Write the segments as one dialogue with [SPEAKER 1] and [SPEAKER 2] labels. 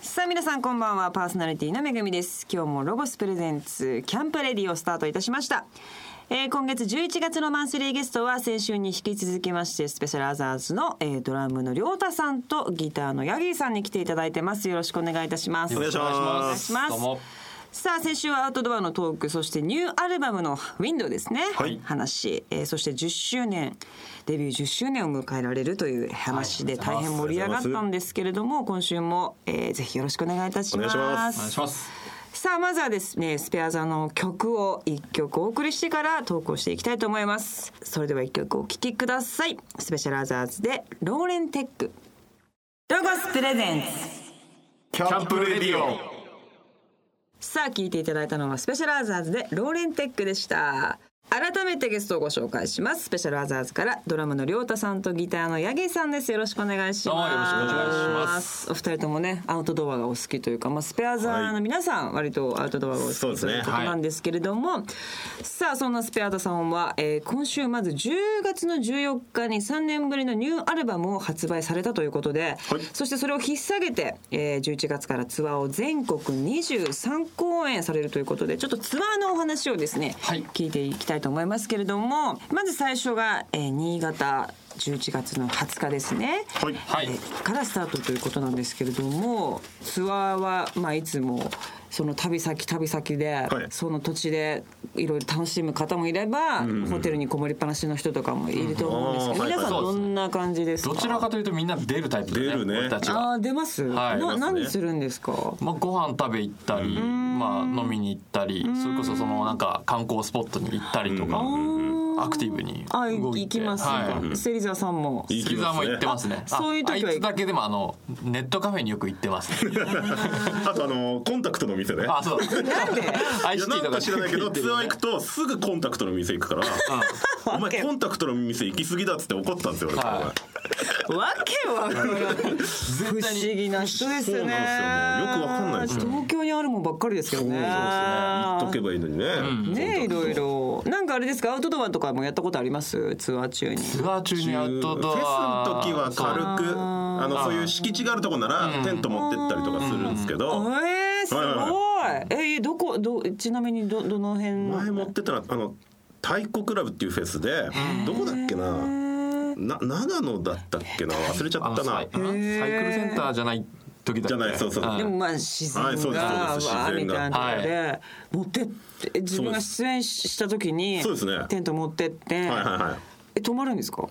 [SPEAKER 1] さあ皆さんこんばんはパーソナリティのめぐみです今日もロゴスプレゼンツキャンプレディをスタートいたしました、えー今月11月のマンスリーゲストは先週に引き続きましてスペシャルアザーズの、えードラムのりょうたさんとギターのヤギーさんに来ていただいてますよろしくお願いいたします
[SPEAKER 2] お願いします
[SPEAKER 1] お願いします
[SPEAKER 2] どうも
[SPEAKER 1] さあ先週はアウトドアのトークそしてニューアルバムのウィンドウですね、
[SPEAKER 2] はい
[SPEAKER 1] 話、えーそして10周年デビュー10周年を迎えられるという話で大変盛り上がったんですけれども、今週も、えーぜひよろしくお願いいたします
[SPEAKER 2] お願いし
[SPEAKER 1] し
[SPEAKER 2] ま
[SPEAKER 1] ますす
[SPEAKER 2] します
[SPEAKER 1] さあまずはですねスペア座の曲を一曲お送りしてから投稿していきたいと思いますそれでは一曲お聴きくださいスペシャルアザーズでローレンテックロゴスプレゼンツ
[SPEAKER 2] キャンプレディオ
[SPEAKER 1] さあ聞いていただいたのはスペシャルアザーズでローレンテックでした改めてゲストをご紹介しますスペシャルアザーズからドラムのりょうたさんとギターのヤギさんですよろしくお願いし
[SPEAKER 2] どうもよろしくお願
[SPEAKER 1] ま
[SPEAKER 2] いします
[SPEAKER 1] お二人ともねアウトドアがお好きというか、まあ、スペアザーの皆さん、割とアウトドアがお好き
[SPEAKER 2] そう
[SPEAKER 1] とい
[SPEAKER 2] で
[SPEAKER 1] う
[SPEAKER 2] すね
[SPEAKER 1] ことなんですけれども、さあそんなスペアザさんは、えー今週まず10月の14日に3年ぶりのニューアルバムを発売されたということで、
[SPEAKER 2] はい
[SPEAKER 1] そしてそれを引っ提げて、えー、11月からツアーを全国23公演されるということでちょっとツアーのお話をですね、
[SPEAKER 2] はい
[SPEAKER 1] 聞いていきたいと思いますけれどもまず最初が、えー新潟11月の20日ですね。
[SPEAKER 2] はいはい
[SPEAKER 1] えーからスタートということなんですけれどもツアーは、まあ、いつもその旅先旅先で、
[SPEAKER 2] はい
[SPEAKER 1] その土地でいろいろ楽しむ方もいれば、ホテルにこもりっぱなしの人とかもいると思うんですけど、
[SPEAKER 2] うんあーはい
[SPEAKER 1] 皆さん
[SPEAKER 2] はい
[SPEAKER 1] どんな感じですか
[SPEAKER 3] どちらかというとみんな出るタイプだね
[SPEAKER 2] 出るね
[SPEAKER 3] 俺たちは
[SPEAKER 1] あー出ます、
[SPEAKER 3] は
[SPEAKER 1] な
[SPEAKER 3] い出
[SPEAKER 2] ますね
[SPEAKER 1] 何するんですか
[SPEAKER 3] まあ、ご飯食べ行ったり、まあ、飲みに行ったりそれこそそのなんか観光スポットに行ったりとか、アクティブに
[SPEAKER 1] あい
[SPEAKER 3] 動いて
[SPEAKER 1] 行きます
[SPEAKER 3] は
[SPEAKER 1] か
[SPEAKER 3] い
[SPEAKER 1] 芹沢さんも
[SPEAKER 2] 行き
[SPEAKER 3] 釣り
[SPEAKER 2] ます
[SPEAKER 3] 沢
[SPEAKER 2] ね
[SPEAKER 3] も行ってますね
[SPEAKER 1] あそういう時は行く
[SPEAKER 3] あいつだけでもあのネットカフェによく行ってます、 ね、
[SPEAKER 2] あとあのコンタクトの店ね
[SPEAKER 3] あそう
[SPEAKER 1] なんで
[SPEAKER 3] アイ
[SPEAKER 2] い
[SPEAKER 3] シ
[SPEAKER 2] やな
[SPEAKER 3] ティ
[SPEAKER 2] ん
[SPEAKER 3] と
[SPEAKER 2] か
[SPEAKER 3] か
[SPEAKER 2] 知らないけど ツアー行くとすぐコンタクトの店行くからお前コンタクトの店行き過ぎだっつって怒ったんですよ俺
[SPEAKER 3] は
[SPEAKER 1] わけわからない不思議な人ですね
[SPEAKER 2] そうなんですよもうよくわかんないですよ
[SPEAKER 1] 東京にあるもんばっかりですけどね
[SPEAKER 2] そう行っとけばいいのにね
[SPEAKER 1] ねいろいろなんかあれですかアウトドアとかもやったことありますツアー中に
[SPEAKER 3] ツアー中にアウトド
[SPEAKER 2] フェ
[SPEAKER 3] ア
[SPEAKER 2] スの時は軽くあのそういう敷地があるとこならテント持ってったりとかするんですけど
[SPEAKER 1] えー、すごい、
[SPEAKER 2] はい
[SPEAKER 1] えどこどちなみにどどの辺
[SPEAKER 2] 前持ってたのはあの太鼓クラブっていうフェスでどこだっけなな長野だったっけな忘れちゃ
[SPEAKER 3] あ
[SPEAKER 2] っ
[SPEAKER 3] の
[SPEAKER 2] た
[SPEAKER 3] サ
[SPEAKER 2] な
[SPEAKER 3] イサイクルセンターじゃない時だっけ
[SPEAKER 2] じゃないそうそう
[SPEAKER 3] は
[SPEAKER 1] でもまあ自然が、
[SPEAKER 2] はいそうですそうです
[SPEAKER 1] わあみ
[SPEAKER 2] 自然が
[SPEAKER 1] たいなので、持ってって自分
[SPEAKER 2] そう
[SPEAKER 1] が
[SPEAKER 2] です
[SPEAKER 1] 出演した時に
[SPEAKER 2] そうですね
[SPEAKER 1] テント持ってって、
[SPEAKER 2] はいはいはい
[SPEAKER 1] え泊まるんですか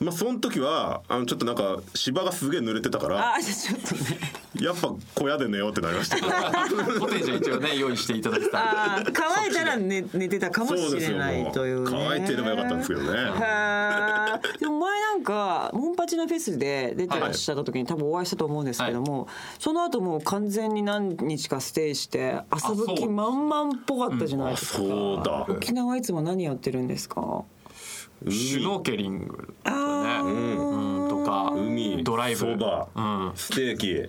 [SPEAKER 2] まあ、その時はあのちょっとなんか芝がすげえ濡れてたから
[SPEAKER 1] あーじゃあちょっとね
[SPEAKER 2] やっぱ小屋で寝ようってなりました
[SPEAKER 3] コテージは一応ね用意していただきたい
[SPEAKER 1] あー乾いたら寝寝てたかもしれないという、ね、
[SPEAKER 2] 乾いてればよかったんですけどね
[SPEAKER 1] へーでも前なんかモンパチのフェスで出てらっしゃった時に多分お会いしたと思うんですけども、その後もう完全に何日かステイして遊ぶ気満々っぽかったじゃない
[SPEAKER 2] あ
[SPEAKER 1] ですか、
[SPEAKER 2] そうだ
[SPEAKER 1] 沖縄はいつも何やってるんですか
[SPEAKER 3] シュノーケリングとかねうんとか
[SPEAKER 2] 海
[SPEAKER 3] ドライブ
[SPEAKER 2] そば、
[SPEAKER 3] うん
[SPEAKER 2] ステーキ、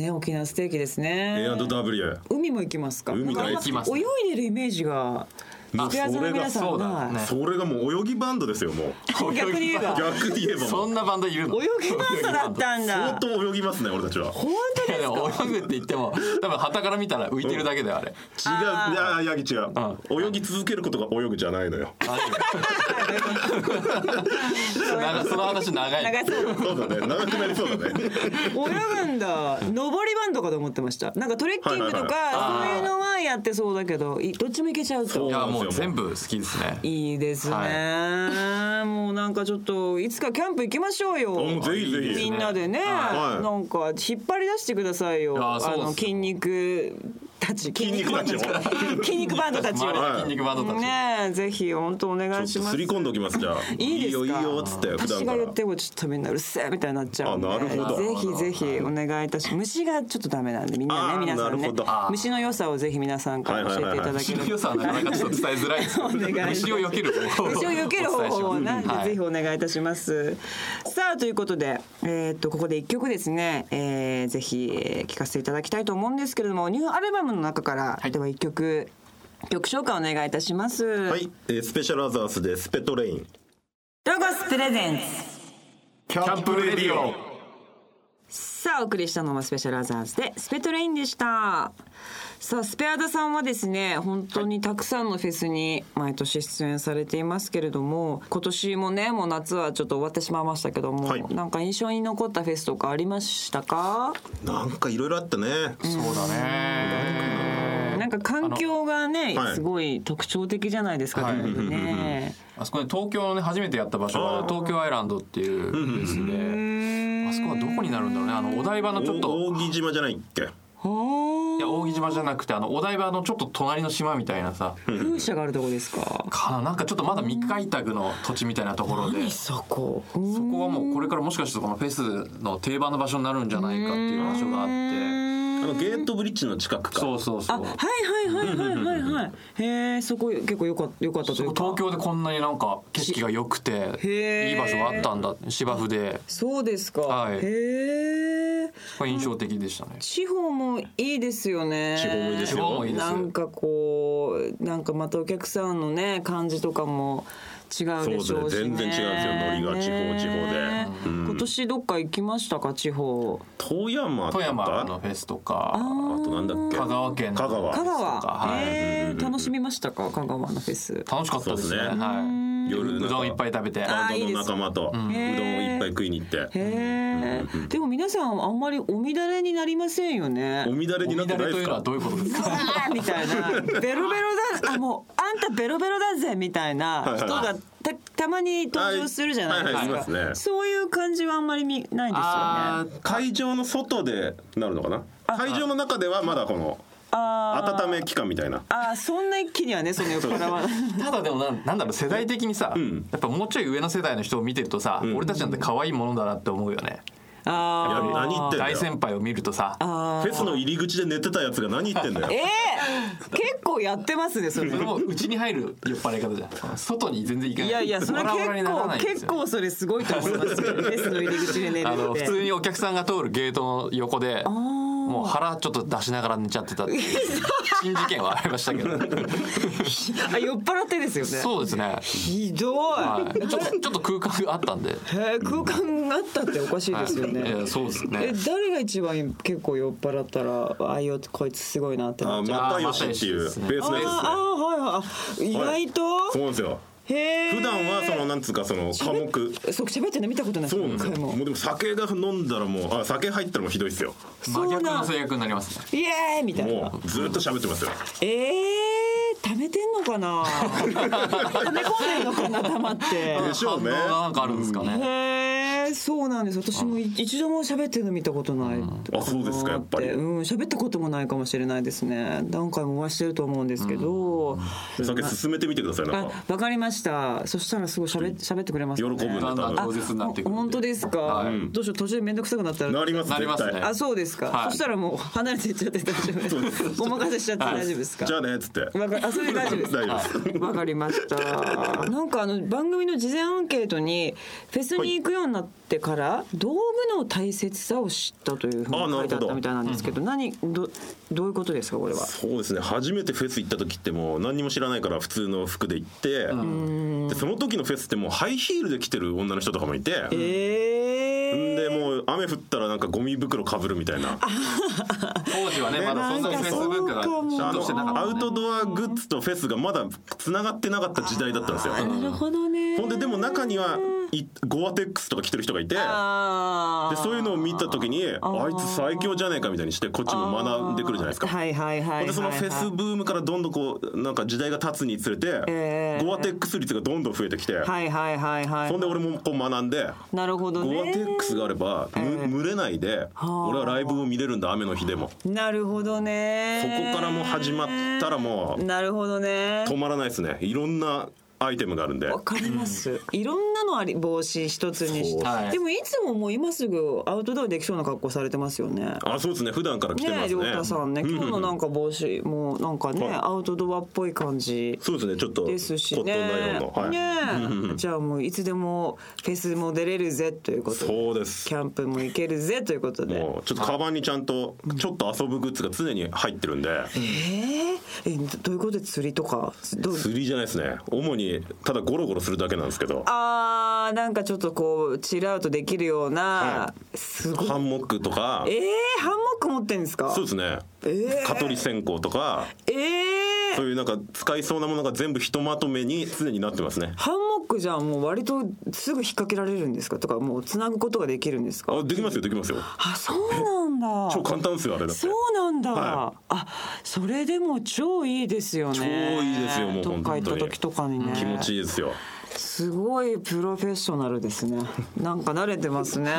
[SPEAKER 1] ね沖縄ステーキですね
[SPEAKER 2] A&W
[SPEAKER 1] 海も行きますか
[SPEAKER 2] 海も行
[SPEAKER 3] きます
[SPEAKER 1] なんか泳いでるイメージが
[SPEAKER 2] まあ
[SPEAKER 1] スペア座の皆さん
[SPEAKER 3] それが
[SPEAKER 1] は
[SPEAKER 3] そうだね
[SPEAKER 2] それがもう泳ぎバンドですよもう
[SPEAKER 1] 逆に言えば
[SPEAKER 2] 逆に言えばも
[SPEAKER 3] そ
[SPEAKER 2] うん
[SPEAKER 3] なバンドいるの
[SPEAKER 1] 泳ぎますだったん
[SPEAKER 2] 相
[SPEAKER 1] だ
[SPEAKER 2] 当泳ぎますね俺たちは違う
[SPEAKER 1] 本当ですか
[SPEAKER 3] 泳ぐって言っても多分旗から見たら浮いてるだけだよあれ
[SPEAKER 2] いやヤギ違う、泳ぎ続けることが泳ぐじゃないのよ
[SPEAKER 3] 長その話長い
[SPEAKER 1] 長そう
[SPEAKER 2] そうだね長くなりそうだね
[SPEAKER 1] 泳ぐんだ登りバンドかと思ってましたなんかトレッキングとか
[SPEAKER 3] はい
[SPEAKER 1] そう
[SPEAKER 3] はいはい
[SPEAKER 1] いうのはやってそうだけどいどっちもいけちゃう
[SPEAKER 2] そ
[SPEAKER 3] い
[SPEAKER 1] と
[SPEAKER 2] う
[SPEAKER 3] やもう全部好きですね
[SPEAKER 1] いいですね、もうなんかちょっといつかキャンプ行きましょうよ
[SPEAKER 2] もうぜひぜひ
[SPEAKER 1] みんなでね、
[SPEAKER 2] はい
[SPEAKER 1] なんか引っ張り出してくださいよ
[SPEAKER 3] いや
[SPEAKER 1] あ
[SPEAKER 3] そうっす
[SPEAKER 1] の筋肉たち筋
[SPEAKER 2] 筋肉たちを
[SPEAKER 1] 筋肉バンドたちを、
[SPEAKER 2] はい
[SPEAKER 3] 筋肉バンドたち、
[SPEAKER 1] ねえぜひ本当お願いし
[SPEAKER 2] ちょっ
[SPEAKER 1] ま
[SPEAKER 2] と
[SPEAKER 1] す
[SPEAKER 2] すり込んでおきますじゃあ
[SPEAKER 1] いいですか
[SPEAKER 2] よいいよっつって普
[SPEAKER 1] 私
[SPEAKER 2] 段
[SPEAKER 1] が
[SPEAKER 2] か
[SPEAKER 1] 言
[SPEAKER 2] ら
[SPEAKER 1] ってもちょっとみんなうるせえみたいになっちゃうんで
[SPEAKER 2] あなるほど
[SPEAKER 1] ぜひぜひお願いいたし虫がちょっとダメなんでみんな
[SPEAKER 2] あ
[SPEAKER 1] ね
[SPEAKER 2] ー
[SPEAKER 1] 皆さん
[SPEAKER 2] な
[SPEAKER 1] ね
[SPEAKER 2] るほど
[SPEAKER 1] 虫の良さをぜひ皆さんから教えていただ
[SPEAKER 3] 虫
[SPEAKER 1] け
[SPEAKER 3] の
[SPEAKER 1] る
[SPEAKER 3] 良さはなかなかちょっと伝えづらいです
[SPEAKER 1] お願い
[SPEAKER 3] 虫を避ける方法
[SPEAKER 1] 虫を避ける方法をな、
[SPEAKER 3] お伝えします
[SPEAKER 1] ぜひお願いいたします。さあということで、えーっとここで一曲ですね、えーぜひえー聴かせていただきたいと思うんですけれども、ニューアルバムの中から、
[SPEAKER 3] はい
[SPEAKER 1] では一曲曲紹介お願いいたします。は
[SPEAKER 2] はい、えースペシャルアザースでスペトレイン
[SPEAKER 1] ロゴスプレゼンツ。
[SPEAKER 2] キ
[SPEAKER 3] ャンプレディオ
[SPEAKER 1] ささあお送りしたのもスペシャルアザーズでスペトレインでしたさあスペアダさんはですね本当にたくさんのフェスに毎年出演されていますけれども今年もねもう夏はちょっと終わってしまいましたけども、
[SPEAKER 2] はい
[SPEAKER 1] なんか印象に残ったフェスとかありましたか、
[SPEAKER 2] なんかいろいろあったね。
[SPEAKER 3] そうだね
[SPEAKER 1] なんか環境がね
[SPEAKER 2] あのはい
[SPEAKER 1] すごい特徴的じゃないですか、
[SPEAKER 3] はい
[SPEAKER 1] だいぶね。
[SPEAKER 3] あそこで東京のね初めてやった場所
[SPEAKER 2] あ
[SPEAKER 3] が
[SPEAKER 2] ー
[SPEAKER 3] 東京アイランドっていうフェスであそこはどこになるんだろうねあのお台場のちょっ
[SPEAKER 2] お
[SPEAKER 3] と
[SPEAKER 2] 扇島じゃないっけ。
[SPEAKER 3] い
[SPEAKER 1] は
[SPEAKER 3] や扇島じゃなくてあのお台場のちょっと隣の島みたいなさ
[SPEAKER 1] あ風車があるとこですか。
[SPEAKER 3] かななんかちょっとまだ未開拓の土地みたいなところで
[SPEAKER 1] 何そこ。
[SPEAKER 3] そこはもうこれからもしかしてこのフェスの定番の場所になるんじゃないかっていう場所があって
[SPEAKER 2] あのゲートブリッジの近くか。
[SPEAKER 3] そうそうそ
[SPEAKER 1] あ
[SPEAKER 3] う
[SPEAKER 1] はいはいはいはいはいはい。へえそこ結構よかったよかったと
[SPEAKER 3] そ
[SPEAKER 1] い
[SPEAKER 3] こ
[SPEAKER 1] うか。
[SPEAKER 3] 東京でこんなになんか景色が良く
[SPEAKER 1] へー
[SPEAKER 3] ていい場所があったんだ芝生で
[SPEAKER 1] そうですか。
[SPEAKER 3] はい
[SPEAKER 1] へえ。
[SPEAKER 3] これ印象的でしたね
[SPEAKER 1] 地方もいいですよね。
[SPEAKER 2] 地方もいいです
[SPEAKER 3] 地方もいいです
[SPEAKER 1] なんかこうなんかまたお客さんのね感じとかも違うでしょうしね。
[SPEAKER 2] そうですね全然違うんですよノリが地方
[SPEAKER 1] ね
[SPEAKER 2] 地方でうん
[SPEAKER 1] 今年どっか行きましたか地方。
[SPEAKER 2] 富山と
[SPEAKER 3] 富
[SPEAKER 2] か。
[SPEAKER 3] 山のフェスとか
[SPEAKER 2] あとなんだっけ。
[SPEAKER 3] 香川県の
[SPEAKER 2] 香川
[SPEAKER 1] 香川。
[SPEAKER 3] そうかはい
[SPEAKER 1] ええ楽しみましたか香川のフェス。
[SPEAKER 3] 楽しかったです
[SPEAKER 2] そう
[SPEAKER 3] ね
[SPEAKER 2] ですね
[SPEAKER 3] はい
[SPEAKER 2] 夜
[SPEAKER 3] うどんいっぱい食べて
[SPEAKER 1] あ
[SPEAKER 2] バ
[SPEAKER 1] ーいい
[SPEAKER 2] ンド
[SPEAKER 1] で
[SPEAKER 2] の
[SPEAKER 1] す
[SPEAKER 2] 仲間とうどんをいっぱい食いに行って。
[SPEAKER 1] へえ。でも皆さんあんまりお乱れになりませんよね
[SPEAKER 2] お。乱れ
[SPEAKER 3] お
[SPEAKER 2] になっ
[SPEAKER 3] 乱
[SPEAKER 2] てないで
[SPEAKER 3] れとい
[SPEAKER 2] す
[SPEAKER 3] うのは
[SPEAKER 2] か。
[SPEAKER 3] どういうことですか
[SPEAKER 1] あー みたいなベロベロだあもうあんたベロベロだぜみたいな人がたたまに登場するじゃないですか、
[SPEAKER 2] はいはいはいいますね
[SPEAKER 1] そういう感じはあんまり見ないですよねあ
[SPEAKER 3] あー
[SPEAKER 2] 会場の外でなるのかな。会場の中ではまだこの
[SPEAKER 1] あ
[SPEAKER 2] 温め期間みたいな。
[SPEAKER 1] あーそんな一気にはねその酔っ払 わない
[SPEAKER 3] ただでもなんなんだろう世代的にさ、
[SPEAKER 2] ん
[SPEAKER 3] やっぱもうちょい上の世代の人を見てるとさ、俺たちなんて可愛いものだなって思うよね
[SPEAKER 2] いや
[SPEAKER 1] あ
[SPEAKER 2] 何言ってんだ
[SPEAKER 3] 大
[SPEAKER 2] よ。
[SPEAKER 3] 先輩を見るとさ
[SPEAKER 2] フェスの入り口で寝てたやつが何言ってんだ
[SPEAKER 1] ーえ
[SPEAKER 2] よ。
[SPEAKER 1] ー、結構やってますねそれ
[SPEAKER 3] それもうちに入る酔っ払い方じゃん外に全然行かない
[SPEAKER 1] いやいやそれ
[SPEAKER 3] ボラボラに
[SPEAKER 1] 結
[SPEAKER 3] なら
[SPEAKER 1] 構
[SPEAKER 3] ないんです
[SPEAKER 1] 結
[SPEAKER 3] よ
[SPEAKER 1] 構それすごいと思いますよフェスの入り口で寝る
[SPEAKER 3] あの
[SPEAKER 1] っ
[SPEAKER 3] 普
[SPEAKER 1] て
[SPEAKER 3] 通にお客さんが通るゲートの横でもう腹ちょっと出しながら寝ちゃってたっていう新事件はありましたけど
[SPEAKER 1] あ酔っ払ってですよね
[SPEAKER 3] そうですね、
[SPEAKER 1] ひどい、
[SPEAKER 3] はい、ちょっとちょっと空間があったんで、
[SPEAKER 1] へー空間があったっておかしい
[SPEAKER 3] はい
[SPEAKER 1] ですよね、
[SPEAKER 3] いやそうです
[SPEAKER 1] え
[SPEAKER 3] ね
[SPEAKER 1] 誰が一番結構酔っ払ったらああいうこいつすごいなってな
[SPEAKER 2] あ
[SPEAKER 1] っちゃう
[SPEAKER 2] また吉っていうベースのや
[SPEAKER 1] あ
[SPEAKER 2] つです
[SPEAKER 1] あー
[SPEAKER 2] ね。
[SPEAKER 1] はいはいあ意外と、
[SPEAKER 2] そうなんですよ。
[SPEAKER 1] へえ
[SPEAKER 2] 普段はそのなんつうかその科目。
[SPEAKER 1] そう喋ってんの見たことない
[SPEAKER 2] そうなんですよ。
[SPEAKER 1] 一回
[SPEAKER 2] もうでも酒が飲んだらもうあ酒入ったらもうひどいですよ。
[SPEAKER 3] 真
[SPEAKER 1] そう
[SPEAKER 3] 逆
[SPEAKER 1] な
[SPEAKER 3] の
[SPEAKER 1] ん
[SPEAKER 3] 制約になりますね
[SPEAKER 1] イエーイみたいな
[SPEAKER 2] もうずっと喋ってますよ。
[SPEAKER 1] ええー、溜めてんのかな 溜め込んでんのかな溜まって
[SPEAKER 2] でしょうね。
[SPEAKER 3] 反応がなんかあるんですかね、
[SPEAKER 1] へえそうなんです私もい一度も喋ってるの見たことない
[SPEAKER 2] あそうですかやっぱり
[SPEAKER 1] うん喋ったこともないかもしれないですね何回もお会いしてると思うんですけど、
[SPEAKER 2] 酒進めてみてくださいなん
[SPEAKER 1] あ
[SPEAKER 2] か。
[SPEAKER 1] わかりましたそしたらすごい喋喋ってくれますね
[SPEAKER 2] 喜ぶね
[SPEAKER 3] だんだん
[SPEAKER 2] あ
[SPEAKER 3] 饒舌になってくるん
[SPEAKER 1] 本当ですか、
[SPEAKER 3] はい
[SPEAKER 1] どうしよう途中で面倒くさくなったら
[SPEAKER 2] なります
[SPEAKER 3] なり
[SPEAKER 2] 絶
[SPEAKER 3] ますね
[SPEAKER 2] 対。
[SPEAKER 1] あそうですか、
[SPEAKER 3] は
[SPEAKER 1] そ
[SPEAKER 3] い
[SPEAKER 1] したらもう離れていっちゃって大丈夫ですお任せしちゃって大丈夫ですか、
[SPEAKER 2] じゃあねっつって。
[SPEAKER 1] わかあそれで大丈夫です
[SPEAKER 2] 大丈夫です。
[SPEAKER 1] わかりました。なんかあの番組の事前アンケートにフェスに行くようになってから道具の大切さを知ったというふうに
[SPEAKER 2] あなるほど
[SPEAKER 1] 書いてあったみたいなんですけど、何どどういうことですかこれは。
[SPEAKER 2] そうですね初めてフェス行った時ってもう何にも知らないから普通の服で行って、でその時のフェスってもうハイヒールで来てる女の人とかもいて、
[SPEAKER 1] ええ
[SPEAKER 2] でもう雨降ったらなんかゴミ袋かぶるみたいな
[SPEAKER 3] 当時はね
[SPEAKER 2] ね
[SPEAKER 3] まだそんなにフェイスブックが浸
[SPEAKER 2] あ
[SPEAKER 3] 透してなか
[SPEAKER 2] の
[SPEAKER 3] った
[SPEAKER 2] ア
[SPEAKER 3] の
[SPEAKER 2] ウ
[SPEAKER 3] ね
[SPEAKER 2] トドアグッズとフェスがまだつながってなかった時代だったんですよ
[SPEAKER 1] なるほどね。
[SPEAKER 2] ほんででも中にはいゴアテックスとか着てる人がいてで
[SPEAKER 1] あー
[SPEAKER 2] そういうのを見た時にあいつ最強じゃねえかみたいにしてこっちも学んでくるじゃないですか
[SPEAKER 1] はいはいはいはい、は
[SPEAKER 2] ほ
[SPEAKER 1] い。
[SPEAKER 2] んでそのフェスブームからどんどんこうなんか時代が経つにつれて、
[SPEAKER 1] えー
[SPEAKER 2] ゴアテックス率がどんどん増えてきて、
[SPEAKER 1] はいはいはいはい。
[SPEAKER 2] そんで俺もこう学んで、
[SPEAKER 1] なるほどね。
[SPEAKER 2] ゴアテックスがあれば、む蒸れないで
[SPEAKER 1] あ
[SPEAKER 2] 俺はライブを見れるんだ雨の日でも
[SPEAKER 1] なるほどね。
[SPEAKER 2] そこからもう始まったらもう
[SPEAKER 1] なるほどね。
[SPEAKER 2] 止まらないですねいろんなアイテムがあるんで
[SPEAKER 1] わかります。いろんなのあり帽子一つにして、
[SPEAKER 2] そう
[SPEAKER 3] はい
[SPEAKER 1] でもいつももう今すぐアウトドアできそうな格好されてますよね。
[SPEAKER 2] あそうですね普段から着て
[SPEAKER 1] ね
[SPEAKER 2] ま
[SPEAKER 1] え、
[SPEAKER 2] す
[SPEAKER 1] 亮
[SPEAKER 2] ね
[SPEAKER 1] 太さんね、今日のなんか帽子もなんかね、
[SPEAKER 2] はい
[SPEAKER 1] アウトドアっぽい感じ。
[SPEAKER 2] そうですねちょっとコ
[SPEAKER 1] ですし
[SPEAKER 2] ットン
[SPEAKER 1] ね。
[SPEAKER 2] ナイロンの、はい
[SPEAKER 1] ねえ、じゃあもういつでもフェスも出れるぜということで、
[SPEAKER 2] そうです
[SPEAKER 1] キャンプも行けるぜということで。
[SPEAKER 2] もうちょっとカバンにちゃんとちょっと遊ぶグッズが常に入ってるんで
[SPEAKER 1] えええ、どういうことで釣りとか、どう
[SPEAKER 2] 釣りじゃないですね主にただゴロゴロするだけなんですけど
[SPEAKER 1] ああーなんかちょっとこうチルアウトできるような
[SPEAKER 2] は
[SPEAKER 1] すごい
[SPEAKER 2] ハンモックとか
[SPEAKER 1] えー、ハンモック持ってんですか
[SPEAKER 2] そうですね、
[SPEAKER 1] えー
[SPEAKER 2] 蚊取り線香とか
[SPEAKER 1] えー
[SPEAKER 2] そういうなんか使いそうなものが全部ひとまとめに常になってますね
[SPEAKER 1] ハンモックじゃあもう割とすぐ引っ掛けられるんですかとかもうつなぐことができるんですか
[SPEAKER 2] あできますよできますよ
[SPEAKER 1] あそうなんだ
[SPEAKER 2] 超簡単ですよあれだって
[SPEAKER 1] そうなんだ、
[SPEAKER 2] は
[SPEAKER 1] あそれでも超いいですよね
[SPEAKER 2] 超いいですよもう
[SPEAKER 1] どっか行った
[SPEAKER 2] 本当に
[SPEAKER 1] 時とかにね
[SPEAKER 2] 気持ちいいですよ
[SPEAKER 1] すごいプロフェッショナルです ね。なんか慣れてますね。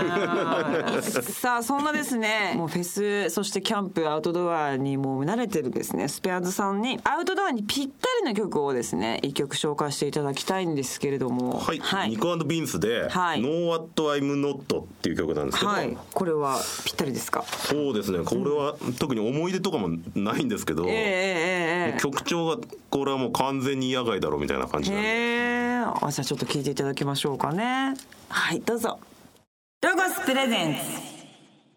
[SPEAKER 1] さあそんなですね、もうフェスそしてキャンプアウトドアにもう慣れてるですね。スペアーズさんにアウトドアにぴったりの曲をですね、一曲紹介していただきたいんですけれども、
[SPEAKER 2] はい、ニコビンスで「
[SPEAKER 1] はい
[SPEAKER 2] No What I'm Not」っていう曲なんですけど、
[SPEAKER 1] はいこれはぴったりですか。
[SPEAKER 2] そうですねこれは特に思い出とかもないんですけど、
[SPEAKER 1] ええええええ
[SPEAKER 2] 曲調がこれはもう完全に野外だろうみたいな感じなんで
[SPEAKER 1] へえあじゃあちょっと聞いていただきましょうかねはいどうぞロゴスプレゼンツ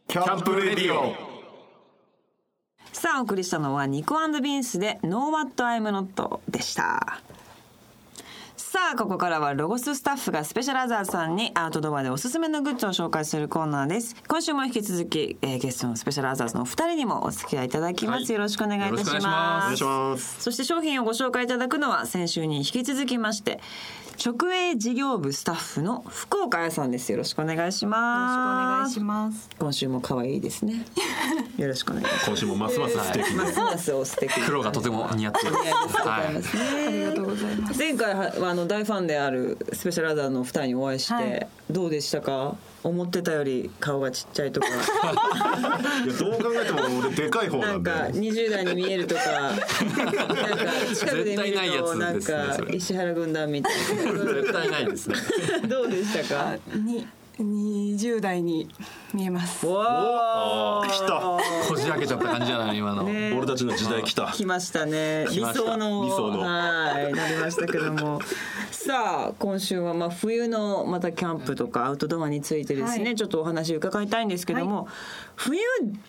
[SPEAKER 3] キャンプレディオ
[SPEAKER 1] さあお送りしたのはニコビンスで No What I'm Not でしたさあここからはロゴススタッフがスペシャルアザーズさんにアウトドアでおすすめのグッズを紹介するコーナーです今週も引き続き、えーゲストのスペシャルアザーズのお二人にもお付き合いいただきます、
[SPEAKER 3] はい
[SPEAKER 1] よろしくお願いいたし
[SPEAKER 3] よろしくお願いし
[SPEAKER 1] ま
[SPEAKER 3] ますす
[SPEAKER 2] お願いします
[SPEAKER 1] そして商品をご紹介いただくのは先週に引き続きまして直営事業部スタッフの福岡彩さんですよろしくお願いし
[SPEAKER 4] 願
[SPEAKER 1] ま
[SPEAKER 4] い
[SPEAKER 1] す
[SPEAKER 4] します。
[SPEAKER 1] 今週も可愛いですねよろしくお願い し
[SPEAKER 3] 今週もますます素敵
[SPEAKER 1] ま
[SPEAKER 3] な
[SPEAKER 1] すますお素敵な
[SPEAKER 3] 黒がとても似合っていますはい
[SPEAKER 4] ありがとうございます。
[SPEAKER 1] 前回はあの大ファンであるスペシャルアザーのお二人にお会いして、
[SPEAKER 4] はい
[SPEAKER 1] どうでしたか思ってたより顔がちっちゃいとか
[SPEAKER 2] いやどう考えても俺でかい方
[SPEAKER 1] な
[SPEAKER 2] なん
[SPEAKER 1] ん
[SPEAKER 2] で
[SPEAKER 1] か20代に見えるとかなんか近くで見
[SPEAKER 3] 絶対ない
[SPEAKER 1] る
[SPEAKER 3] や
[SPEAKER 1] と
[SPEAKER 3] つ
[SPEAKER 1] なん
[SPEAKER 3] ですね
[SPEAKER 1] か
[SPEAKER 3] それ
[SPEAKER 1] 石原軍団みたい
[SPEAKER 3] 絶対ないですね
[SPEAKER 1] などうでしたか
[SPEAKER 4] に二十代に見えます。
[SPEAKER 1] わ
[SPEAKER 2] あー来た
[SPEAKER 3] こじ開けちゃった感じじゃない今の
[SPEAKER 1] ね
[SPEAKER 2] 俺たちの時代来た
[SPEAKER 1] 来ましたね理
[SPEAKER 3] 来ました
[SPEAKER 1] 想の
[SPEAKER 2] 理想の
[SPEAKER 1] はいなりましたけど もさあ今週はまあ冬のまたキャンプとかアウトドアについてですね、
[SPEAKER 4] はい
[SPEAKER 1] ちょっとお話伺いたいんですけども、冬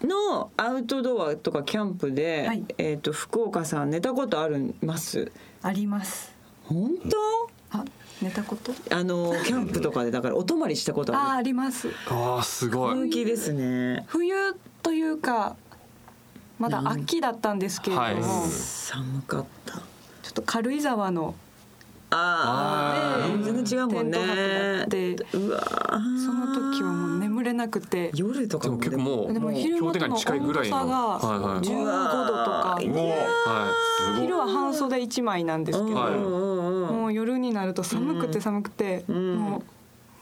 [SPEAKER 1] のアウトドアとかキャンプで、
[SPEAKER 4] はい
[SPEAKER 1] えっ、と福岡さん寝たことあります
[SPEAKER 4] あります。
[SPEAKER 1] 本当
[SPEAKER 4] あ、寝たこと？
[SPEAKER 1] あのキャンプとかでだからお泊まりしたこと
[SPEAKER 4] あ、
[SPEAKER 1] あ
[SPEAKER 4] あります。
[SPEAKER 3] ああすご
[SPEAKER 1] る
[SPEAKER 3] い
[SPEAKER 1] 本気ですね
[SPEAKER 4] 冬というか。まだ秋だったんですけれども、
[SPEAKER 3] はい
[SPEAKER 1] 寒かった
[SPEAKER 4] ちょっと軽井沢の
[SPEAKER 1] ああ
[SPEAKER 4] あー
[SPEAKER 1] 全然違うもんね
[SPEAKER 4] テント泊だって
[SPEAKER 1] うわー
[SPEAKER 4] その時はもう眠れなくて、
[SPEAKER 1] 夜とか
[SPEAKER 3] でも結構もう
[SPEAKER 4] でも昼間
[SPEAKER 3] 氷
[SPEAKER 4] と
[SPEAKER 3] 点下
[SPEAKER 4] の
[SPEAKER 3] に近いぐら
[SPEAKER 4] 温度
[SPEAKER 3] い
[SPEAKER 4] 差
[SPEAKER 3] の
[SPEAKER 4] が
[SPEAKER 3] はい
[SPEAKER 4] 15
[SPEAKER 1] う
[SPEAKER 4] 度とか、
[SPEAKER 2] お
[SPEAKER 1] わ
[SPEAKER 3] は
[SPEAKER 2] ーすご
[SPEAKER 4] 昼
[SPEAKER 2] い
[SPEAKER 4] は半袖一枚なんですけど、
[SPEAKER 1] う
[SPEAKER 3] はい
[SPEAKER 1] んうん
[SPEAKER 4] もう夜になると寒くて寒くて、
[SPEAKER 1] ん
[SPEAKER 4] も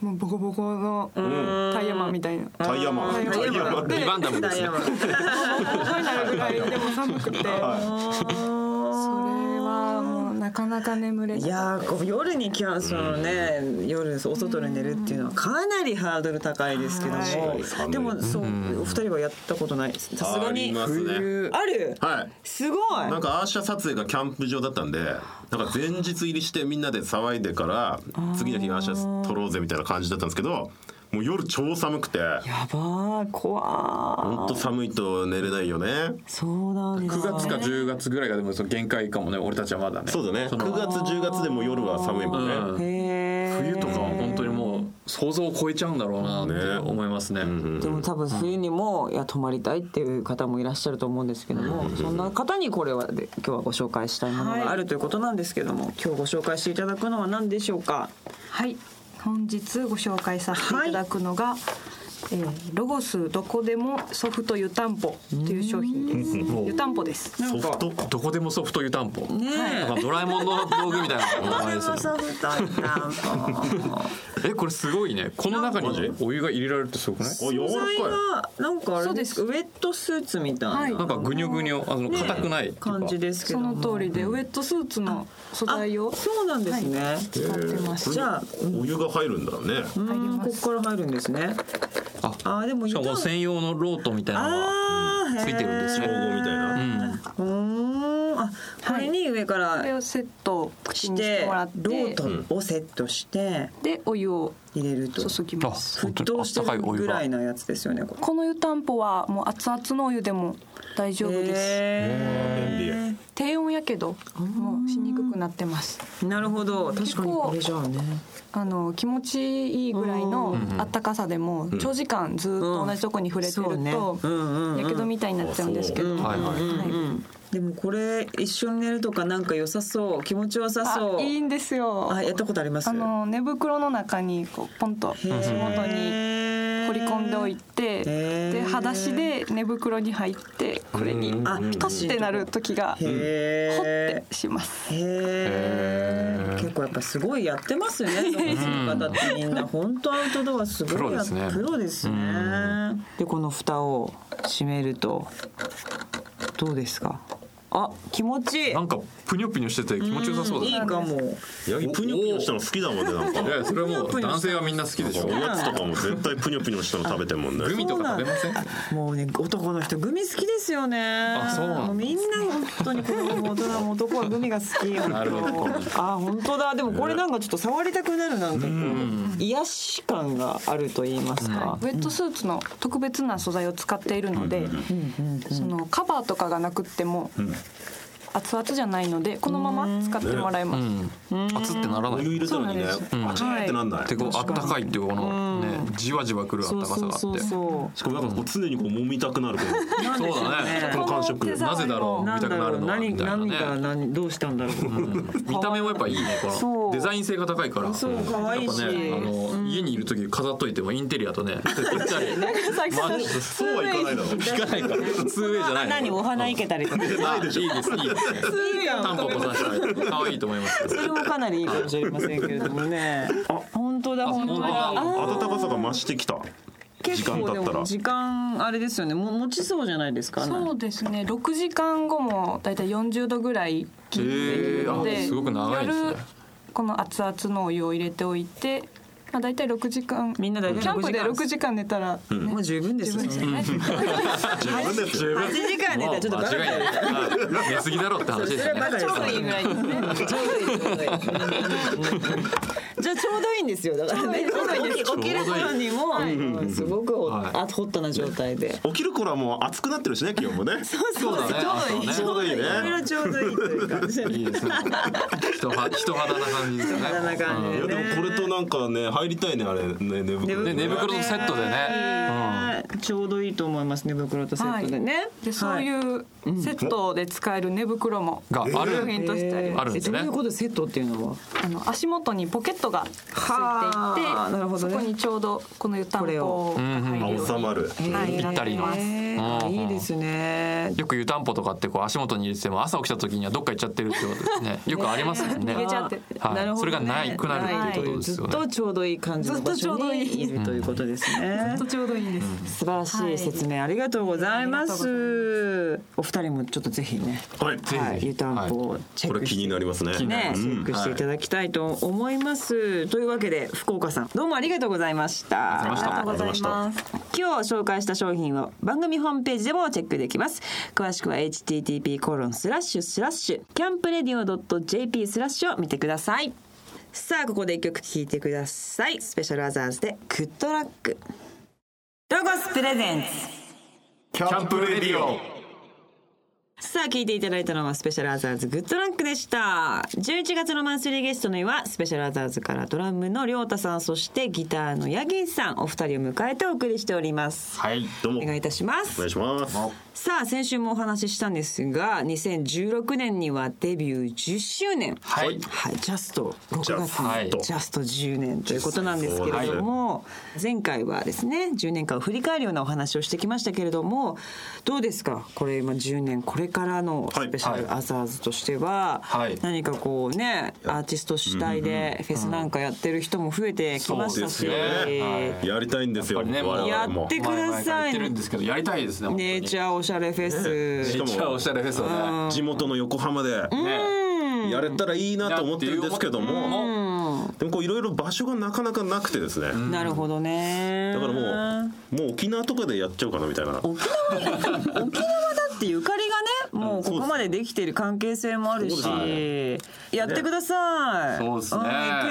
[SPEAKER 4] うもうボコボコの
[SPEAKER 1] ん
[SPEAKER 4] タイヤマンみたいな、
[SPEAKER 2] タイヤマン
[SPEAKER 4] タイヤマン
[SPEAKER 2] タイヤマン
[SPEAKER 4] で
[SPEAKER 3] いリバンダムですね
[SPEAKER 4] ボコボコになるぐらいでも寒くて、それ
[SPEAKER 2] は
[SPEAKER 4] はもうなかなか眠れ
[SPEAKER 1] い
[SPEAKER 4] ず
[SPEAKER 1] やーこう夜にキャンそのね、夜お外で寝るっていうのはかなりハードル高いですけども、
[SPEAKER 2] はい
[SPEAKER 1] でもそう、お二人はやったことないさすが
[SPEAKER 2] あ
[SPEAKER 1] に
[SPEAKER 2] りますね
[SPEAKER 1] 冬ある、
[SPEAKER 2] はい
[SPEAKER 1] すごい
[SPEAKER 2] なんかアーシャ撮影がキャンプ場だったんでなんか前日入りしてみんなで騒いでから次の日アーシャ撮ろうぜみたいな感じだったんですけどもう夜超寒くて
[SPEAKER 1] やばー怖ー
[SPEAKER 2] ほんと寒いと寝れないよね
[SPEAKER 1] そうなんです
[SPEAKER 3] 9
[SPEAKER 1] ね
[SPEAKER 3] 月か10月ぐらいがでもその限界かもね俺たちはまだね
[SPEAKER 2] そうだね
[SPEAKER 3] その
[SPEAKER 2] 9月10月でも夜は寒いもんね、
[SPEAKER 3] うん
[SPEAKER 1] へー
[SPEAKER 3] 冬とかは本当にもう想像を超えちゃうんだろうなって思いますね
[SPEAKER 1] でも多分冬にもいや泊まりたいっていう方もいらっしゃると思うんですけどもそんな方にこれはで今日はご紹介したいものがあるということなんですけども今日ご紹介していただくのは何でしょうか
[SPEAKER 4] はい本日ご紹介させていただくのが、えーロゴスどこでもソフト湯たんぽという商品です
[SPEAKER 3] ん
[SPEAKER 4] 湯たんぽです
[SPEAKER 1] な
[SPEAKER 2] ソ
[SPEAKER 1] んか
[SPEAKER 2] フト
[SPEAKER 3] どこでもソフト湯たんぽ
[SPEAKER 1] ねえ
[SPEAKER 3] なんかドラえもんの道具みたいな名前ですよねえこれすごいねこの中
[SPEAKER 2] マジ
[SPEAKER 3] にお湯が入れられるってすごくない
[SPEAKER 2] お柔
[SPEAKER 1] 素
[SPEAKER 2] ら
[SPEAKER 1] 材
[SPEAKER 2] か
[SPEAKER 1] がなんかあれですか
[SPEAKER 4] そ
[SPEAKER 1] ウェットスーツみたい
[SPEAKER 4] は
[SPEAKER 1] ない
[SPEAKER 3] なんかぐにょぐにょあの
[SPEAKER 1] ね
[SPEAKER 3] 硬くない
[SPEAKER 1] 感じですけ
[SPEAKER 4] そ
[SPEAKER 1] ど
[SPEAKER 4] の
[SPEAKER 1] も
[SPEAKER 4] 通りでウェットスーツの素
[SPEAKER 1] あ
[SPEAKER 4] 材を
[SPEAKER 1] そうなんですね
[SPEAKER 4] 使ってます、
[SPEAKER 1] じゃあ
[SPEAKER 2] いお湯が入るんだろうね
[SPEAKER 1] う
[SPEAKER 4] 入り
[SPEAKER 1] ーん
[SPEAKER 4] ま
[SPEAKER 1] こ
[SPEAKER 4] す
[SPEAKER 1] こから入るんですね
[SPEAKER 3] あ
[SPEAKER 1] あーでも
[SPEAKER 3] しかもこの専用のロートみたいなのが
[SPEAKER 1] あーへー
[SPEAKER 3] ついてるんです
[SPEAKER 2] 調
[SPEAKER 3] ね
[SPEAKER 2] 合みたいな、
[SPEAKER 3] うん
[SPEAKER 1] うーんあこれに上から
[SPEAKER 4] これをセットを口
[SPEAKER 1] し
[SPEAKER 4] にしててもらって
[SPEAKER 1] ロートをセットして、
[SPEAKER 4] でお湯を
[SPEAKER 1] 入れると
[SPEAKER 4] 注ぎます
[SPEAKER 3] あ本当
[SPEAKER 1] 沸
[SPEAKER 3] に
[SPEAKER 1] 騰してるぐらいのやつですよねこれ
[SPEAKER 4] この湯たんぽはもう熱々のお湯でも大丈夫です、
[SPEAKER 1] へ
[SPEAKER 4] 低温やけどもうしにくくなってます
[SPEAKER 1] ーなるほど確かにこれじゃあね
[SPEAKER 4] あの気持ちいいぐらいのあったかさでも長時間ずっと同じとこに触れてる
[SPEAKER 1] うんそうね
[SPEAKER 4] と
[SPEAKER 1] うんうんうん
[SPEAKER 4] やけどみたいになっちゃうんですけど、
[SPEAKER 3] はいはい
[SPEAKER 4] は
[SPEAKER 1] でもこれ一緒に寝るとかなんか良さそう気持ちよさそ
[SPEAKER 4] い、あいういんですよ
[SPEAKER 1] あやったことあります
[SPEAKER 4] あの寝袋の中にこうポンと足元に
[SPEAKER 1] 凝
[SPEAKER 4] 掘り込んでおい
[SPEAKER 1] へ
[SPEAKER 4] て
[SPEAKER 1] ー
[SPEAKER 4] で裸足で寝袋に入ってこれに
[SPEAKER 1] あピ
[SPEAKER 4] ピカってなる時がほって
[SPEAKER 1] へ
[SPEAKER 4] します
[SPEAKER 1] えへえ結構やっぱすごいやってますよね動画の方ってみんな本当アウトドアすごいや
[SPEAKER 3] プロですね
[SPEAKER 1] プロですねでこの蓋を閉めるとどうですかあ気持ちいい
[SPEAKER 3] なんかぷにょぷにょしてて気持ちよさそう
[SPEAKER 1] いい
[SPEAKER 3] だね。
[SPEAKER 1] かも
[SPEAKER 2] ヤギプニョプニョしたの好きだもんねなんか
[SPEAKER 5] いやそれはもう男性はみんな好きでしょ
[SPEAKER 2] おやつとかも絶対プニョプニョしたの食べてるもんね
[SPEAKER 5] グミとか食べません
[SPEAKER 1] もうね男の人グミ好きですよねあ
[SPEAKER 3] そうなんだ
[SPEAKER 1] もうみんな本当に子供も大人も男はグミが好きな
[SPEAKER 5] るほど
[SPEAKER 1] あ本当だでもこれなんかちょっと触りたくなるなんかこう癒し感があると言いますか
[SPEAKER 4] ウェットスーツの特別な素材を使っているので、そのカバーとかがなくっても熱々じゃないのでこのまま使ってもらえます、
[SPEAKER 3] うん。熱ってなら
[SPEAKER 2] お
[SPEAKER 3] ない。
[SPEAKER 2] 湯入れたのにね
[SPEAKER 4] そうなんです
[SPEAKER 2] あちゃーってなんない
[SPEAKER 3] でこうあったかいっていうこのねじわじわくるあ
[SPEAKER 1] そ
[SPEAKER 3] っ
[SPEAKER 1] う
[SPEAKER 3] たか
[SPEAKER 1] そう
[SPEAKER 3] さがあって。
[SPEAKER 1] そうそう
[SPEAKER 2] しかもなんかこう常にこう揉みたくなるこう
[SPEAKER 1] なんでしょ
[SPEAKER 3] そうだね
[SPEAKER 2] この感触
[SPEAKER 4] な
[SPEAKER 3] なぜだろう
[SPEAKER 1] なん
[SPEAKER 3] 見
[SPEAKER 1] だ
[SPEAKER 3] たくな
[SPEAKER 1] ろ
[SPEAKER 3] る
[SPEAKER 1] う
[SPEAKER 3] のは
[SPEAKER 1] 何
[SPEAKER 3] みたいな
[SPEAKER 1] 何
[SPEAKER 3] ね。
[SPEAKER 1] が何 どうしたんだろう
[SPEAKER 3] 見た目もやっぱいいねこ
[SPEAKER 1] そう
[SPEAKER 3] のデザイン性が高いから
[SPEAKER 1] そう可愛いし
[SPEAKER 3] やっぱねあの家にいる時飾っといてもインテリアとね ぴったり
[SPEAKER 2] そうはいかないだろう
[SPEAKER 3] 引かないから 2way じゃないの
[SPEAKER 1] 何お花いけたりとかいい
[SPEAKER 3] あいいですいいですねタンポポさせたら可愛いと思います
[SPEAKER 1] それもかなりいいかもしれませんけれどもねあ本当だ本当だ
[SPEAKER 3] あ
[SPEAKER 1] あ
[SPEAKER 2] 暖かさが増してきた
[SPEAKER 1] 結構で
[SPEAKER 2] 時間経った
[SPEAKER 1] も
[SPEAKER 2] ら
[SPEAKER 1] 時間あれですよねも持ちそうじゃないですか
[SPEAKER 4] そうですね6時間後もだいたい40度ぐらいキープできるので、
[SPEAKER 3] へーあすごく長いですね
[SPEAKER 4] 夜この熱々のお湯を入れておいて、まあ、だいたい6時間
[SPEAKER 1] みんな大体
[SPEAKER 4] キャンプで
[SPEAKER 1] 6
[SPEAKER 4] 6時間寝たら、
[SPEAKER 1] もう十分ですよ、
[SPEAKER 4] 自分で
[SPEAKER 2] 自分ですよ
[SPEAKER 1] 8時間寝たらちょっとバカ
[SPEAKER 3] 間違いない寝すぎだろって話ですよね
[SPEAKER 1] です
[SPEAKER 4] ちょうどいいぐらいですね
[SPEAKER 1] ちょうどいいちょうどいいじゃあちょうどいいんですよだからね
[SPEAKER 4] ちょうどいい
[SPEAKER 1] 起きる頃にも、うんすごくホ,、
[SPEAKER 3] はい
[SPEAKER 1] あホットな状態で、
[SPEAKER 2] 起きる頃はもう暑くなってるしね気温もね
[SPEAKER 1] そう
[SPEAKER 3] そうだね
[SPEAKER 2] ちょうどいいね
[SPEAKER 1] いろいろちょうどいいという感じで
[SPEAKER 3] いいですね人は人肌な感じですね
[SPEAKER 1] 人肌な感じ
[SPEAKER 2] いやでもこれとなんかね入りたいねあれね寝袋
[SPEAKER 3] で寝袋とセットでね
[SPEAKER 1] うんちょうどいいと思います寝袋とセットでね、
[SPEAKER 4] でそういううセットで使える寝袋も
[SPEAKER 3] がある
[SPEAKER 4] 商品としてあります
[SPEAKER 3] あるんですね
[SPEAKER 1] どういうことセットっていうのは
[SPEAKER 4] あの足元にポケットがついてい
[SPEAKER 1] はあ
[SPEAKER 4] て、
[SPEAKER 1] なるほどね
[SPEAKER 4] そこにちょうどこの湯たんぽを入れるように
[SPEAKER 2] あ収まる
[SPEAKER 4] はい
[SPEAKER 3] ぴったりの
[SPEAKER 4] なってます
[SPEAKER 1] えー
[SPEAKER 3] うん
[SPEAKER 1] いいですね
[SPEAKER 3] よく湯たんぽとかってこう足元に入れてても朝起きた時にはどっか行っちゃってるってことですねよくありますもんね
[SPEAKER 4] 逃げちゃって
[SPEAKER 3] はい
[SPEAKER 1] なるほどね
[SPEAKER 3] それがないくなるっていうことですよね
[SPEAKER 1] ずっとちょうどいい感じの場所にいるということですね
[SPEAKER 4] ちょうどいいんです。
[SPEAKER 1] 素晴らしい説明ありがとうございます、お二人もちょっとぜひね
[SPEAKER 2] はいぜひ
[SPEAKER 1] はい、湯たんぽをチェ
[SPEAKER 2] こ
[SPEAKER 1] ッ
[SPEAKER 2] れ
[SPEAKER 1] ク
[SPEAKER 2] 気
[SPEAKER 1] し
[SPEAKER 2] に
[SPEAKER 1] て
[SPEAKER 2] なりますね
[SPEAKER 1] ね、
[SPEAKER 2] う
[SPEAKER 1] チ
[SPEAKER 2] ん
[SPEAKER 1] ェックしていただきたいと思います、というわけで福岡さんどうもありがとうございました
[SPEAKER 4] ありがとうござ
[SPEAKER 2] あり
[SPEAKER 4] い
[SPEAKER 2] がとうござい
[SPEAKER 4] ま。
[SPEAKER 2] ます
[SPEAKER 1] 今日紹介した商品を番組ホームページでもチェックできます詳しくは http コロンスラッシュスラッシュキャンプレディオ .jp スラッシュを見てくださいさあここで一曲聴いてくださいスペシャルアザーズでグッドラックロゴスプレゼンツ
[SPEAKER 2] キャンプレディオ
[SPEAKER 1] さあ聞いていただいたのはスペシャルアザーズグッドランクでした11月のマンスリーゲストの日はスペシャルアザーズからドラムの亮太さんそしてギターのヤギさんお二人を迎えてお送りしております
[SPEAKER 3] はい
[SPEAKER 2] どうも
[SPEAKER 1] お願いいたしま
[SPEAKER 2] お
[SPEAKER 1] す
[SPEAKER 2] 願いします
[SPEAKER 1] さあ先週もお話ししたんですが2016年にはデビュー10周年
[SPEAKER 3] はい
[SPEAKER 1] はい、ジャスト6月
[SPEAKER 2] ジャスト
[SPEAKER 3] はい
[SPEAKER 1] にジャスト10年ということなんですけれども前回はですね10年間を振り返るようなお話をしてきましたけれどもどうですかこれ今10年これからのスペシャルアザーズとしては
[SPEAKER 3] はい
[SPEAKER 1] 何かこうねアーティスト主体でフェスなんかやってる人も増えてきましたし
[SPEAKER 3] そうですよね
[SPEAKER 2] やりたいんですよ
[SPEAKER 3] やっぱりね
[SPEAKER 2] 我々も
[SPEAKER 1] やってください
[SPEAKER 3] 前々から言ってるんですけどやりたいですね本当に
[SPEAKER 1] ネイチャーおしゃれフェス
[SPEAKER 2] しかも
[SPEAKER 3] ネイチャーおしゃれフェスだ
[SPEAKER 2] 地元の横浜で
[SPEAKER 3] ねね
[SPEAKER 2] やれたらいいなと思ってるんですけどもでもこういろいろ場所がなかなかなくてですね
[SPEAKER 1] なるほどね
[SPEAKER 2] だからもうもう沖縄とかでやっちゃおうかなみたいな
[SPEAKER 1] 沖縄だってゆかりがねもうここまででできてる関係性もあるし、
[SPEAKER 2] そう
[SPEAKER 1] やってください。
[SPEAKER 3] そうですね
[SPEAKER 1] ん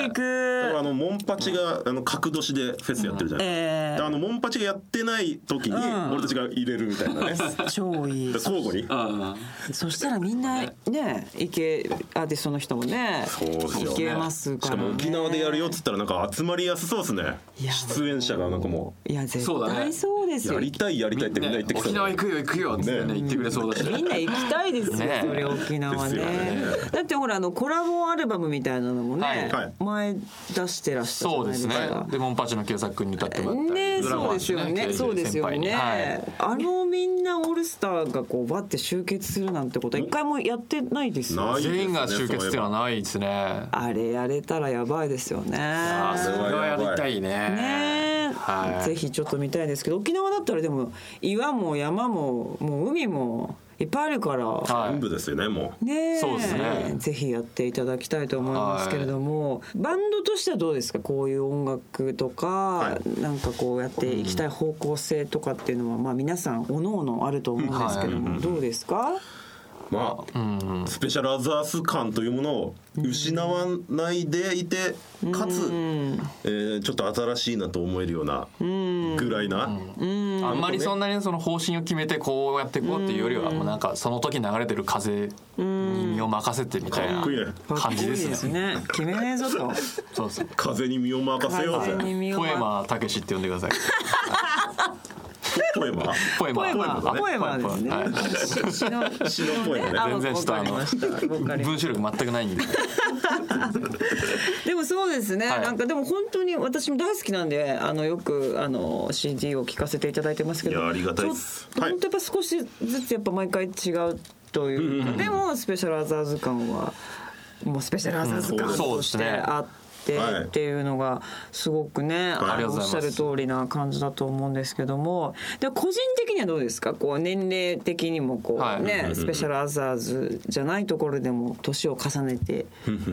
[SPEAKER 1] 行く
[SPEAKER 2] だからあ
[SPEAKER 1] 行く。
[SPEAKER 2] のモンパチがあの角年でフェスやってるじゃないですか。
[SPEAKER 1] え
[SPEAKER 2] であのモンパチがやってない時に
[SPEAKER 1] ん
[SPEAKER 2] 俺たちが入れるみたいなね。だか
[SPEAKER 1] ー、超いい
[SPEAKER 2] ら。交互に。
[SPEAKER 3] うん
[SPEAKER 1] そしたらみんなね、行けアーティストの人もね、
[SPEAKER 2] そうですよ
[SPEAKER 1] 行けます
[SPEAKER 2] し
[SPEAKER 1] か、
[SPEAKER 2] から
[SPEAKER 1] ね。
[SPEAKER 2] も沖縄でやるよっつったらなんか集まりやすそうですね
[SPEAKER 1] いや
[SPEAKER 2] 出演者がなんかも
[SPEAKER 1] いや絶
[SPEAKER 3] そうだ
[SPEAKER 1] 対
[SPEAKER 3] ね
[SPEAKER 1] そうで
[SPEAKER 2] う
[SPEAKER 1] す
[SPEAKER 2] や
[SPEAKER 1] よ。
[SPEAKER 2] りたいやりたいってみんな言って
[SPEAKER 3] ね
[SPEAKER 2] きた
[SPEAKER 3] 沖縄行くよ行くよって
[SPEAKER 2] ね
[SPEAKER 3] ね言ってくれそうだしね
[SPEAKER 1] みんな行きたいですよ、
[SPEAKER 3] ね
[SPEAKER 1] それ沖縄ね
[SPEAKER 2] ですよね
[SPEAKER 1] だってほらあのコラボアルバムみたいなのもね、
[SPEAKER 3] はい
[SPEAKER 2] はい
[SPEAKER 1] 前出してらしたじゃ
[SPEAKER 3] そう
[SPEAKER 1] ない
[SPEAKER 3] で
[SPEAKER 1] ですすか。
[SPEAKER 3] ねでモンパチの清作君に歌ってもらったり
[SPEAKER 1] ね、
[SPEAKER 3] ドラ
[SPEAKER 1] そう
[SPEAKER 3] マー
[SPEAKER 1] ですよね。そうですよね。
[SPEAKER 3] はい
[SPEAKER 1] あのみんなオールスターがこうバって集結するなんてことは一回もやってないですよ。
[SPEAKER 2] ないですね
[SPEAKER 3] 全員が集結っていうのはないですね
[SPEAKER 1] あれやれたらやばいですよね。
[SPEAKER 3] あーそれはやりたいね
[SPEAKER 1] ねえ、
[SPEAKER 3] はい
[SPEAKER 1] ぜひちょっと見たいですけど沖縄だったらでも岩も山ももう海もいっぱいあるから、
[SPEAKER 3] はい
[SPEAKER 2] 全部ですよねもう
[SPEAKER 1] ねえ
[SPEAKER 3] そうですね
[SPEAKER 1] ぜひやっていただきたいと思いますけれども、バンドとしてはどうですかこういう音楽とか、なんかこうやっていきたい方向性とかっていうのは、まあ、皆さん各々あると思うんですけども、どうですか、
[SPEAKER 2] まあスペシャルアザース感というものを失わないでいてかつえーちょっと新しいなと思えるようなぐらいな
[SPEAKER 3] あんまりそんなにその方針を決めてこうやっていこうっていうよりはもうなんかその時流れてる風に身を任せてみたい
[SPEAKER 2] かっ
[SPEAKER 3] な
[SPEAKER 2] こいいね
[SPEAKER 3] 感じです
[SPEAKER 1] かっこいい
[SPEAKER 3] ね。
[SPEAKER 1] ですね決めねえぞと
[SPEAKER 3] そうそう。
[SPEAKER 2] 風に身を任せようぜ
[SPEAKER 1] 風に身を
[SPEAKER 3] ポエマーたけしって呼んでください。
[SPEAKER 2] ポエ マ
[SPEAKER 3] ポエマ
[SPEAKER 1] ポエマー
[SPEAKER 3] ー。
[SPEAKER 1] ポエマーですね
[SPEAKER 3] はい
[SPEAKER 1] し詩の詩
[SPEAKER 2] 詩のポエマね
[SPEAKER 1] あ
[SPEAKER 3] 全然
[SPEAKER 1] わ
[SPEAKER 3] した
[SPEAKER 1] かりましたわかりまし
[SPEAKER 3] 文章力全くないんで。
[SPEAKER 1] たでもそうですね、
[SPEAKER 3] はい
[SPEAKER 1] なんかでも本当に私も大好きなんであのよくあの CD を聴かせていただいてますけど
[SPEAKER 2] いやありがたいです
[SPEAKER 1] ちょ
[SPEAKER 2] はい
[SPEAKER 1] 本当やっぱ少しずつやっぱ毎回違うというか、でもスペシャルアザーズ感はもうスペシャルアザーズ感
[SPEAKER 3] うんそう
[SPEAKER 1] と
[SPEAKER 3] で
[SPEAKER 1] し
[SPEAKER 3] す
[SPEAKER 1] て
[SPEAKER 3] ね
[SPEAKER 1] あって
[SPEAKER 2] はい
[SPEAKER 1] っていうのがすごくね、
[SPEAKER 2] い
[SPEAKER 1] あの
[SPEAKER 2] あ
[SPEAKER 3] りがと
[SPEAKER 1] お
[SPEAKER 3] うご
[SPEAKER 1] っ
[SPEAKER 3] ざい
[SPEAKER 1] しゃ
[SPEAKER 3] ます
[SPEAKER 1] る通りな感じだと思うんですけどもで個人的にはどうですかこう年齢的にもこう、
[SPEAKER 3] はい
[SPEAKER 1] ね、スペシャルアザーズじゃないところでも年を重ねて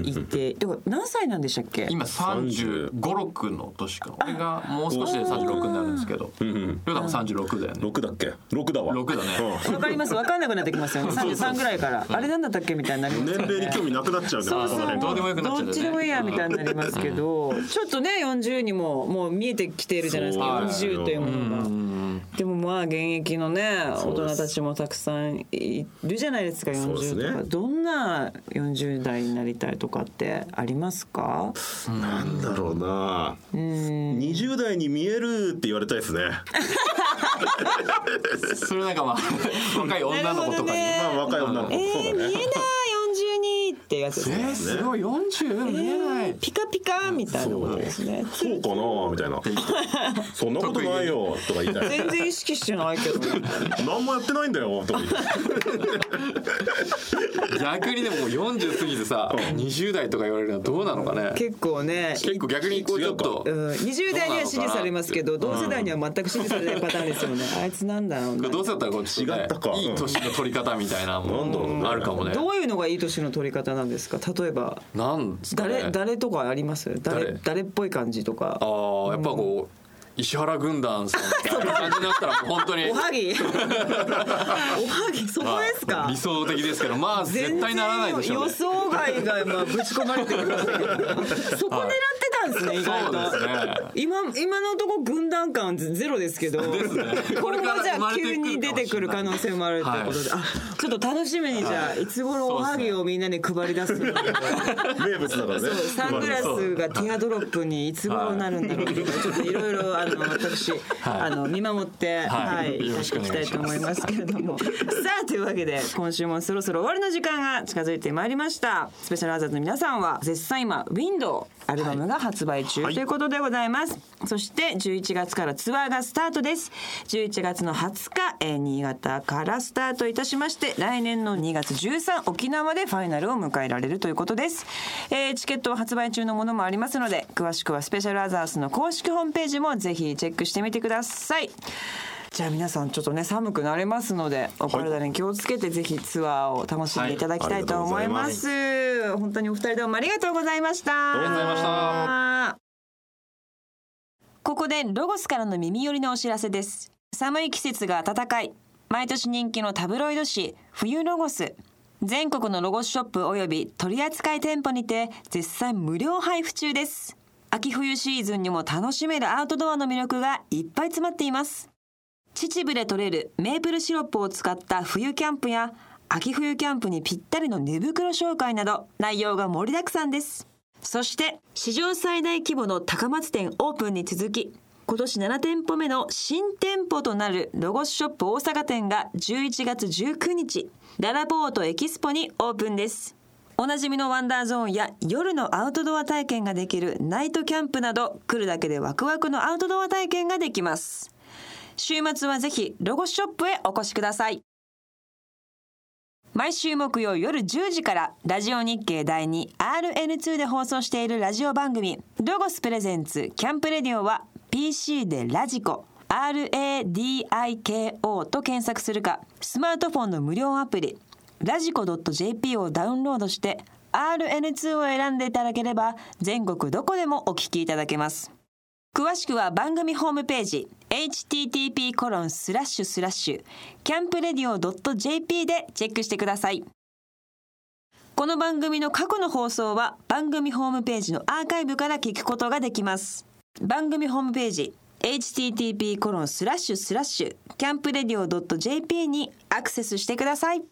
[SPEAKER 1] いて でも何歳なんでしたっけ
[SPEAKER 3] 今三十五六の年かな。俺がもう少しで三十六になるんですけど。りょうたも三十六だよね。
[SPEAKER 2] 6だっけ6だわ
[SPEAKER 3] 六だね
[SPEAKER 2] うん
[SPEAKER 1] わかりますわかんなくなってきますよね33ぐらいからあれなんだったっけみたいになりますよ
[SPEAKER 2] 年
[SPEAKER 1] ね
[SPEAKER 2] 齢に興味なくなっちゃうね
[SPEAKER 1] そうそう
[SPEAKER 2] 頭がね
[SPEAKER 3] どうでもよくなっちゃうよね
[SPEAKER 1] どっちでもいいやみたいになりますけど、ちょっとね40にももう見えてきているじゃないですか
[SPEAKER 2] そうですよ
[SPEAKER 1] 40というものが。でもまあ現役のね大
[SPEAKER 2] そうです
[SPEAKER 1] 人たちもたくさんいるじゃないですか
[SPEAKER 2] そうですね
[SPEAKER 1] 40とか、どんな40代になりたいとかってありますか
[SPEAKER 2] なんだろうな20代に見えるって言われたいですね
[SPEAKER 3] それなんかまあ若い女の子とかに。
[SPEAKER 2] まあ若い女の子
[SPEAKER 1] え
[SPEAKER 2] そ
[SPEAKER 1] ー、見え
[SPEAKER 2] うだ
[SPEAKER 1] ない
[SPEAKER 2] ね
[SPEAKER 1] 42ってやつです
[SPEAKER 3] え
[SPEAKER 1] ね
[SPEAKER 3] ー、すごい四十見えない。
[SPEAKER 1] ピカピカみたいなことですね
[SPEAKER 2] そうかなみたいな 「そんなことないよ」とか言いたい
[SPEAKER 1] 全然意識してないけど
[SPEAKER 2] 「何もやってないんだよ」とか言いたい
[SPEAKER 3] 逆にでも四十過ぎてさ、二十代とか言われるのはどうなのかね。
[SPEAKER 1] 結構 ね
[SPEAKER 3] 結構逆にこうちょっと
[SPEAKER 1] う。ん、20代には支持されますけど同世代には全く支持されないパターンですよねあいつなんだろうな
[SPEAKER 3] どうせだったらこうちょとね
[SPEAKER 2] 違ったか
[SPEAKER 3] いい年の取り方みたいなも
[SPEAKER 2] なんだろうね
[SPEAKER 3] んあるかもね。
[SPEAKER 1] どういうのがいい年の取り方なんですか例えば
[SPEAKER 3] なんですかね。
[SPEAKER 1] 誰誰とかあります誰
[SPEAKER 3] 誰
[SPEAKER 1] 誰っぽい感じとか
[SPEAKER 3] ああやっぱこう石原軍団さんみたいな感じになったらもう本当に
[SPEAKER 1] おはぎ おはぎそこですか
[SPEAKER 3] 理想的ですけどまあ絶対ならないでしょうね。
[SPEAKER 1] 全然予想外が今ぶち込まれてきましたけどそこ狙ってたんですね意外
[SPEAKER 3] そう
[SPEAKER 1] と
[SPEAKER 3] ですね。
[SPEAKER 1] 今今のところ軍団感ゼロですけど
[SPEAKER 3] すね
[SPEAKER 1] 今
[SPEAKER 3] これ
[SPEAKER 1] 後
[SPEAKER 3] から
[SPEAKER 1] じゃ
[SPEAKER 3] 生ま
[SPEAKER 1] あ
[SPEAKER 3] れて
[SPEAKER 1] 急
[SPEAKER 3] くるかもしれない
[SPEAKER 1] に出てくる可能性もあるということで、あちょっと楽しみにじゃあ、い、つ頃おはぎをみんなに配り出すのか
[SPEAKER 2] 名物だからね
[SPEAKER 1] サングラスがティアドロップにいつ頃なるんだろうとかちょっといろいろあの私、あの見守っては、
[SPEAKER 3] はいい
[SPEAKER 1] やっていきたいと思いますけれども さあというわけで今週もそろそろ終わりの時間が近づいてまいりましたスペシャルアザーズの皆さんは絶賛今 Window アルバムが発売中ということでございます、そして11月からツアーがスタートです11月の20日、えー新潟からスタートいたしまして来年の2月13沖縄でファイナルを迎えられるということです、えーチケットは発売中のものもありますので詳しくはスペシャルアザースの公式ホームページもぜひチェックしてみてくださいじゃあ皆さんちょっとね寒くなりますのでお体に気をつけてぜひツアーを楽しんでいただきたいと思います,、本当にお二人どうもありがとうございました
[SPEAKER 2] りがとうございました
[SPEAKER 1] ここでロゴスからの耳寄りのお知らせです寒い季節が暖かい毎年人気のタブロイド紙冬ロゴス全国のロゴスショップおよび取扱店舗にて絶賛無料配布中です秋冬シーズンにも楽しめるアウトドアの魅力がいっぱい詰まっています秩父で採れるメープルシロップを使った冬キャンプや秋冬キャンプにぴったりの寝袋紹介など内容が盛りだくさんですそして史上最大規模の高松店オープンに続き今年7店舗目の新店舗となるロゴスショップ大阪店が11月19日ララポートエキスポにオープンですおなじみのワンダーゾーンや夜のアウトドア体験ができるナイトキャンプなど来るだけでワクワクのアウトドア体験ができます週末はぜひロゴスショップへお越しください毎週木曜夜10時からラジオ日経第 2RN2 で放送しているラジオ番組「ロゴスプレゼンツキャンプレディオ」は PC でラジコ RADIKO と検索するかスマートフォンの無料アプリラジコ .jp をダウンロードして RN2 を選んでいただければ全国どこでもお聞きいただけます詳しくは番組ホームページ http コロンスラッシュスラッシュキャンプレディオ .jp でチェックしてくださいこの番組の過去の放送は番組ホームページのアーカイブから聞くことができます番組ホームページ http コロンスラッシュスラッシュキャンプレディオ .jp にアクセスしてください